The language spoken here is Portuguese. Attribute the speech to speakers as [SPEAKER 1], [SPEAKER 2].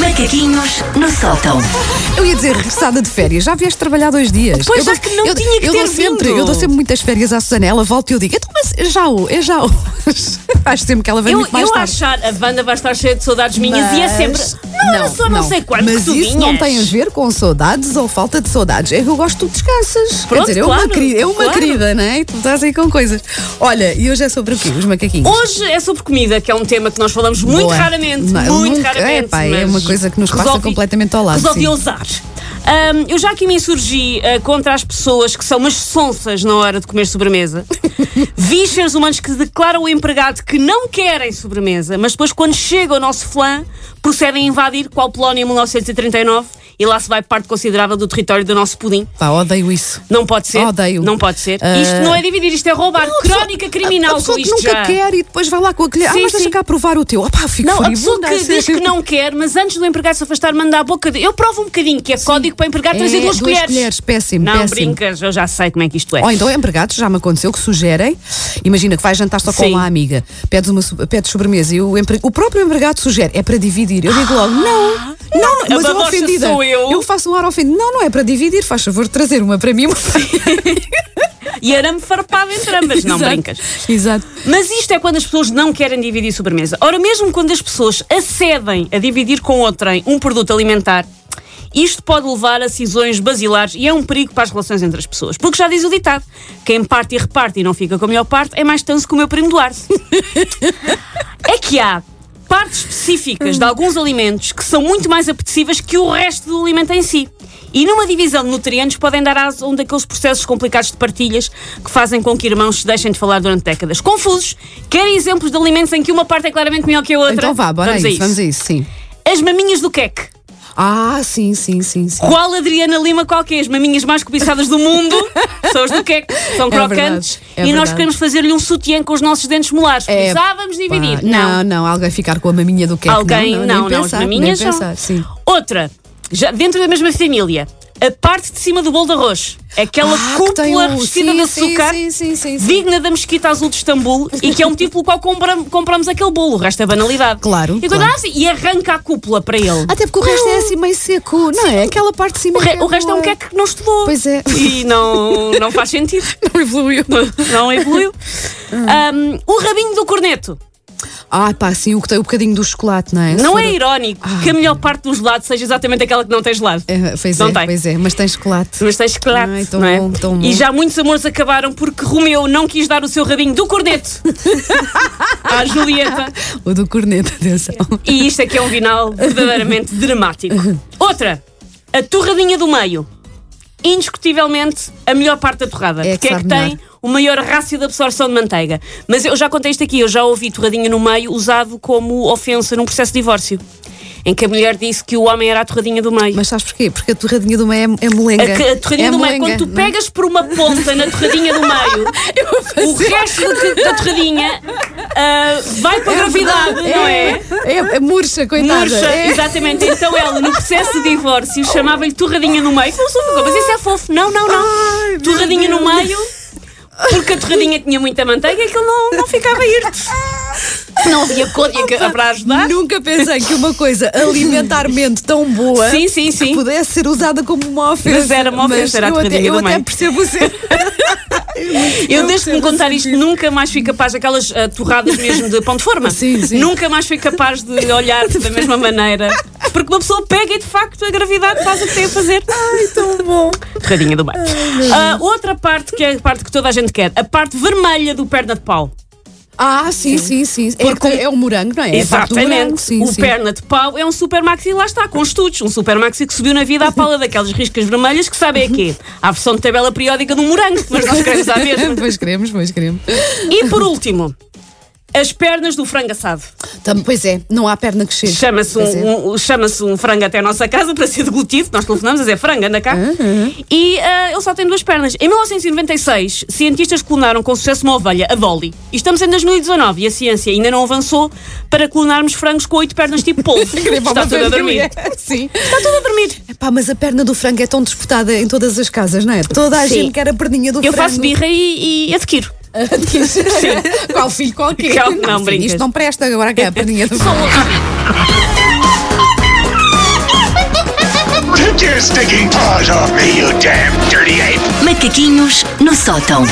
[SPEAKER 1] Macaquinhos no sótão.
[SPEAKER 2] Eu ia dizer regressada de férias, já vieste trabalhar dois dias.
[SPEAKER 3] Pois,
[SPEAKER 2] eu
[SPEAKER 3] já
[SPEAKER 2] dou-
[SPEAKER 3] que não
[SPEAKER 2] eu,
[SPEAKER 3] tinha que
[SPEAKER 2] eu
[SPEAKER 3] ter
[SPEAKER 2] dou sempre,
[SPEAKER 3] vindo.
[SPEAKER 2] Eu dou sempre muitas férias à Susana, ela volta e eu digo, então, mas é já o, é já o. acho sempre que ela vem
[SPEAKER 3] Eu,
[SPEAKER 2] muito mais
[SPEAKER 3] eu
[SPEAKER 2] tarde.
[SPEAKER 3] achar, a Wanda vai estar cheia de saudades minhas e é sempre. Não, era só não, sei quanto
[SPEAKER 2] Mas
[SPEAKER 3] que tu
[SPEAKER 2] isso não
[SPEAKER 3] vinhas."
[SPEAKER 2] tem a ver com saudades ou falta de saudades. É que eu gosto que tu descansas. Quer
[SPEAKER 3] Pronto,
[SPEAKER 2] dizer, eu uma,
[SPEAKER 3] claro,
[SPEAKER 2] querida, eu uma
[SPEAKER 3] claro.
[SPEAKER 2] querida, não é? E tu estás aí com coisas. Olha, e hoje é sobre o quê? Os macaquinhos.
[SPEAKER 3] Hoje é sobre comida, que é um tema que nós falamos muito
[SPEAKER 2] Boa.
[SPEAKER 3] raramente.
[SPEAKER 2] Não,
[SPEAKER 3] muito
[SPEAKER 2] nunca-
[SPEAKER 3] raramente.
[SPEAKER 2] é, pá, é
[SPEAKER 3] mas
[SPEAKER 2] uma coisa que nos passa completamente ao lado,
[SPEAKER 3] Resolvi
[SPEAKER 2] sim.
[SPEAKER 3] ousar. Ahm, eu já aqui me insurgi ah, contra as pessoas que são umas sonsas na hora de comer sobremesa. Vi seres humanos que declaram ao empregado que não querem sobremesa, mas depois, quando chega o nosso flan, procedem a invadir qual Polónia em 1939 e lá se vai parte considerável do território do nosso pudim.
[SPEAKER 2] Pá, odeio isso.
[SPEAKER 3] Não pode ser.
[SPEAKER 2] Odeio.
[SPEAKER 3] Não pode ser.
[SPEAKER 2] Ah,
[SPEAKER 3] Isto não é dividir, isto é roubar.
[SPEAKER 2] Não, a pessoa-
[SPEAKER 3] Crónica criminal
[SPEAKER 2] a, a pessoa
[SPEAKER 3] com
[SPEAKER 2] que
[SPEAKER 3] isto
[SPEAKER 2] nunca
[SPEAKER 3] já.
[SPEAKER 2] quer e depois vai lá com a colher. Ah,
[SPEAKER 3] Sim,
[SPEAKER 2] mas deixa
[SPEAKER 3] sim.
[SPEAKER 2] cá provar o teu. Ah, pá, fico
[SPEAKER 3] Não, a pessoa
[SPEAKER 2] furibunda. assim.
[SPEAKER 3] que diz que não quer, mas antes do empregado se afastar, manda a boca. De... Eu provo um bocadinho, que é código para empregar trazer
[SPEAKER 2] É,
[SPEAKER 3] duas,
[SPEAKER 2] duas
[SPEAKER 3] colheres.
[SPEAKER 2] colheres, péssimo,
[SPEAKER 3] Não
[SPEAKER 2] péssimo.
[SPEAKER 3] brincas, eu já sei como é que isto é.
[SPEAKER 2] Ou então empregados, já me aconteceu, que sugerem. Imagina que vais jantar só com
[SPEAKER 3] Sim.
[SPEAKER 2] uma amiga, pedes, uma, so- pedes sobremesa e o, empre- o próprio empregado sugere, é para dividir. Eu digo logo, não, não, não,
[SPEAKER 3] Ah, a
[SPEAKER 2] mas eu
[SPEAKER 3] babocha
[SPEAKER 2] ofendida.
[SPEAKER 3] sou eu.
[SPEAKER 2] faço um ar ofendido. Não, não é para dividir, faz favor de trazer uma para mim. e Uma para mim.
[SPEAKER 3] E arame farpado entre ambas, não
[SPEAKER 2] Exato,
[SPEAKER 3] brincas.
[SPEAKER 2] Exato.
[SPEAKER 3] Mas isto é quando as pessoas não querem dividir sobremesa. Ora, mesmo quando as pessoas acedem a dividir com outrem um produto alimentar, isto pode levar a cisões basilares e é um perigo para as relações entre as pessoas. Porque já diz o ditado: quem parte e reparte e não fica com a melhor parte é mais tanso que o meu primo Duarte. é que há partes específicas
[SPEAKER 2] Hum.
[SPEAKER 3] de alguns alimentos que são muito mais apetecíveis que o resto do alimento em si. E numa divisão de nutrientes podem dar asa a um daqueles processos complicados de partilhas que fazem com que irmãos se deixem de falar durante décadas. Confusos, querem exemplos de alimentos em que uma parte é claramente melhor que a outra?
[SPEAKER 2] Então vá, bora
[SPEAKER 3] vamos
[SPEAKER 2] a
[SPEAKER 3] a
[SPEAKER 2] isso, vamos a isso, sim.
[SPEAKER 3] As maminhas do queque.
[SPEAKER 2] Ah, sim, sim, sim, sim.
[SPEAKER 3] Qual Adriana Lima qual que é? As maminhas mais cobiçadas do mundo são as do queque. São
[SPEAKER 2] verdade,
[SPEAKER 3] crocantes.
[SPEAKER 2] é
[SPEAKER 3] e nós
[SPEAKER 2] verdade.
[SPEAKER 3] queremos fazer-lhe um sutiã com os nossos dentes molares.
[SPEAKER 2] É,
[SPEAKER 3] Precisávamos dividir.
[SPEAKER 2] pá, não, não, alguém ficar com a maminha do que
[SPEAKER 3] Alguém,
[SPEAKER 2] não,
[SPEAKER 3] não,
[SPEAKER 2] nem
[SPEAKER 3] não, as
[SPEAKER 2] pensar,
[SPEAKER 3] maminhas
[SPEAKER 2] nem
[SPEAKER 3] não.
[SPEAKER 2] pensar, sim.
[SPEAKER 3] Outra, já dentro da mesma família, a parte de cima do bolo de arroz. Aquela
[SPEAKER 2] Ah, que tem
[SPEAKER 3] cúpula
[SPEAKER 2] o-
[SPEAKER 3] revestida
[SPEAKER 2] sim,
[SPEAKER 3] de
[SPEAKER 2] sim,
[SPEAKER 3] açúcar,
[SPEAKER 2] sim, sim, sim, sim.
[SPEAKER 3] digna da mesquita azul de Istambul, e que é um motivo pelo qual compram- compramos aquele bolo. O resto é banalidade.
[SPEAKER 2] Claro,
[SPEAKER 3] E, quando-
[SPEAKER 2] claro.
[SPEAKER 3] ah, sim, e arranca a cúpula para ele.
[SPEAKER 2] Até porque o resto é assim meio seco, não é? Aquela parte de cima.
[SPEAKER 3] O, re-
[SPEAKER 2] que
[SPEAKER 3] o resto é um
[SPEAKER 2] boa.
[SPEAKER 3] queque que não estudou.
[SPEAKER 2] Pois é.
[SPEAKER 3] E não, não faz sentido.
[SPEAKER 2] Não evoluiu.
[SPEAKER 3] Não evoluiu. Ahm, o rabinho do corneto.
[SPEAKER 2] Ah, pá, sim, o que tem o bocadinho do chocolate, não é?
[SPEAKER 3] Não é
[SPEAKER 2] Fora-
[SPEAKER 3] irónico que a melhor parte do gelado seja exatamente aquela que não tem gelado.
[SPEAKER 2] Ah. É, pois
[SPEAKER 3] Não
[SPEAKER 2] é,
[SPEAKER 3] tem.
[SPEAKER 2] pois é, mas tem chocolate.
[SPEAKER 3] Mas tem chocolate,
[SPEAKER 2] Ai, tão
[SPEAKER 3] não é?
[SPEAKER 2] bom, tão bom.
[SPEAKER 3] E já muitos amores acabaram porque Romeu não quis dar o seu rabinho do corneto à Julieta.
[SPEAKER 2] O do corneto, atenção.
[SPEAKER 3] E isto aqui é um final verdadeiramente dramático. Outra, a torradinha do meio. Indiscutivelmente a melhor parte da torrada.
[SPEAKER 2] É a que
[SPEAKER 3] porque é
[SPEAKER 2] sabe
[SPEAKER 3] que tem
[SPEAKER 2] melhor.
[SPEAKER 3] o maior rácio de absorção de manteiga. Mas eu já contei isto aqui, eu já ouvi torradinha no meio usado como ofensa num processo de divórcio. Em que a mulher disse que o homem era a torradinha do meio.
[SPEAKER 2] Mas sabes porquê? Porque a torradinha do meio é, é molenga.
[SPEAKER 3] A, que- a torradinha
[SPEAKER 2] É
[SPEAKER 3] do meio,
[SPEAKER 2] molenga,
[SPEAKER 3] quando tu
[SPEAKER 2] não é?
[SPEAKER 3] pegas por uma ponta na torradinha do meio, o resto do que- da torradinha ah, vai para a gravidade, não é?
[SPEAKER 2] É, é murcha, coitada.
[SPEAKER 3] Murcha,
[SPEAKER 2] É.
[SPEAKER 3] exatamente. Então ela, no processo de divórcio, chamava-lhe torradinha no meio. Não sou fogo, mas isso é fofo. Não, não, não. torradinha no meio, porque a torradinha tinha muita manteiga e aquilo não, não ficava irte. Não havia côdea para ajudar.
[SPEAKER 2] Nunca pensei que uma coisa alimentarmente tão boa
[SPEAKER 3] Sim, sim, sim.
[SPEAKER 2] pudesse ser usada como uma ofensa.
[SPEAKER 3] Mas era uma ofensa, era a
[SPEAKER 2] eu até,
[SPEAKER 3] torradinha
[SPEAKER 2] eu
[SPEAKER 3] do
[SPEAKER 2] até
[SPEAKER 3] meio.
[SPEAKER 2] percebo você.
[SPEAKER 3] Eu, desde que me contar isto, nunca mais fui capaz daquelas ah, torradas mesmo de pão de forma.
[SPEAKER 2] Sim, sim.
[SPEAKER 3] Nunca mais fui capaz de olhar da mesma maneira. Porque uma pessoa pega e, de facto, a gravidade faz o que tem a fazer.
[SPEAKER 2] Ai, tão bom.
[SPEAKER 3] Torradinha do bem. Ah, outra parte que é a parte que toda a gente quer, a parte vermelha do perna de pau.
[SPEAKER 2] Ah, sim, sim, sim. É,
[SPEAKER 3] Porque-
[SPEAKER 2] é o morango, não é? É a parte do morango,
[SPEAKER 3] Exatamente.
[SPEAKER 2] sim,
[SPEAKER 3] o
[SPEAKER 2] sim.
[SPEAKER 3] perna de pau é um super maxi, lá está, com estudos. Um super maxi que subiu na vida à pala daquelas riscas vermelhas que sabem a quê? À versão de tabela periódica do morango, mas nós queremos à mesma.
[SPEAKER 2] pois queremos, pois queremos.
[SPEAKER 3] E por último, as pernas do frango assado.
[SPEAKER 2] Tam- pois é, não há perna que chegue.
[SPEAKER 3] Chama-se
[SPEAKER 2] Pois é.
[SPEAKER 3] um, um- chama-se um frango até a nossa casa para ser deglutido. Nós telefonamos a dizer frango, anda cá. E ah, ele só tem duas pernas. Em 1996, cientistas clonaram com sucesso uma ovelha, a Dolly. E estamos em 2019 e a ciência ainda não avançou para clonarmos frangos com oito pernas tipo polvo.
[SPEAKER 2] Incrível,
[SPEAKER 3] Está
[SPEAKER 2] uma
[SPEAKER 3] tudo a dormir.
[SPEAKER 2] família. Sim.
[SPEAKER 3] Está tudo a dormir.
[SPEAKER 2] Epá, mas a perna do frango é tão disputada em todas as casas, não é? Toda a
[SPEAKER 3] Sim.
[SPEAKER 2] gente quer a perninha do
[SPEAKER 3] Eu
[SPEAKER 2] frango.
[SPEAKER 3] faço birra e, e adquiro.
[SPEAKER 2] Qual filho, qual quê?
[SPEAKER 3] Qual- não,
[SPEAKER 2] Sim,
[SPEAKER 3] brincas.
[SPEAKER 2] Isto não presta agora que é a perninha do
[SPEAKER 3] Só
[SPEAKER 2] frango.
[SPEAKER 3] outra.
[SPEAKER 1] your stinking paws off me, you damn dirty ape!
[SPEAKER 4] Macaquinhos no sótão.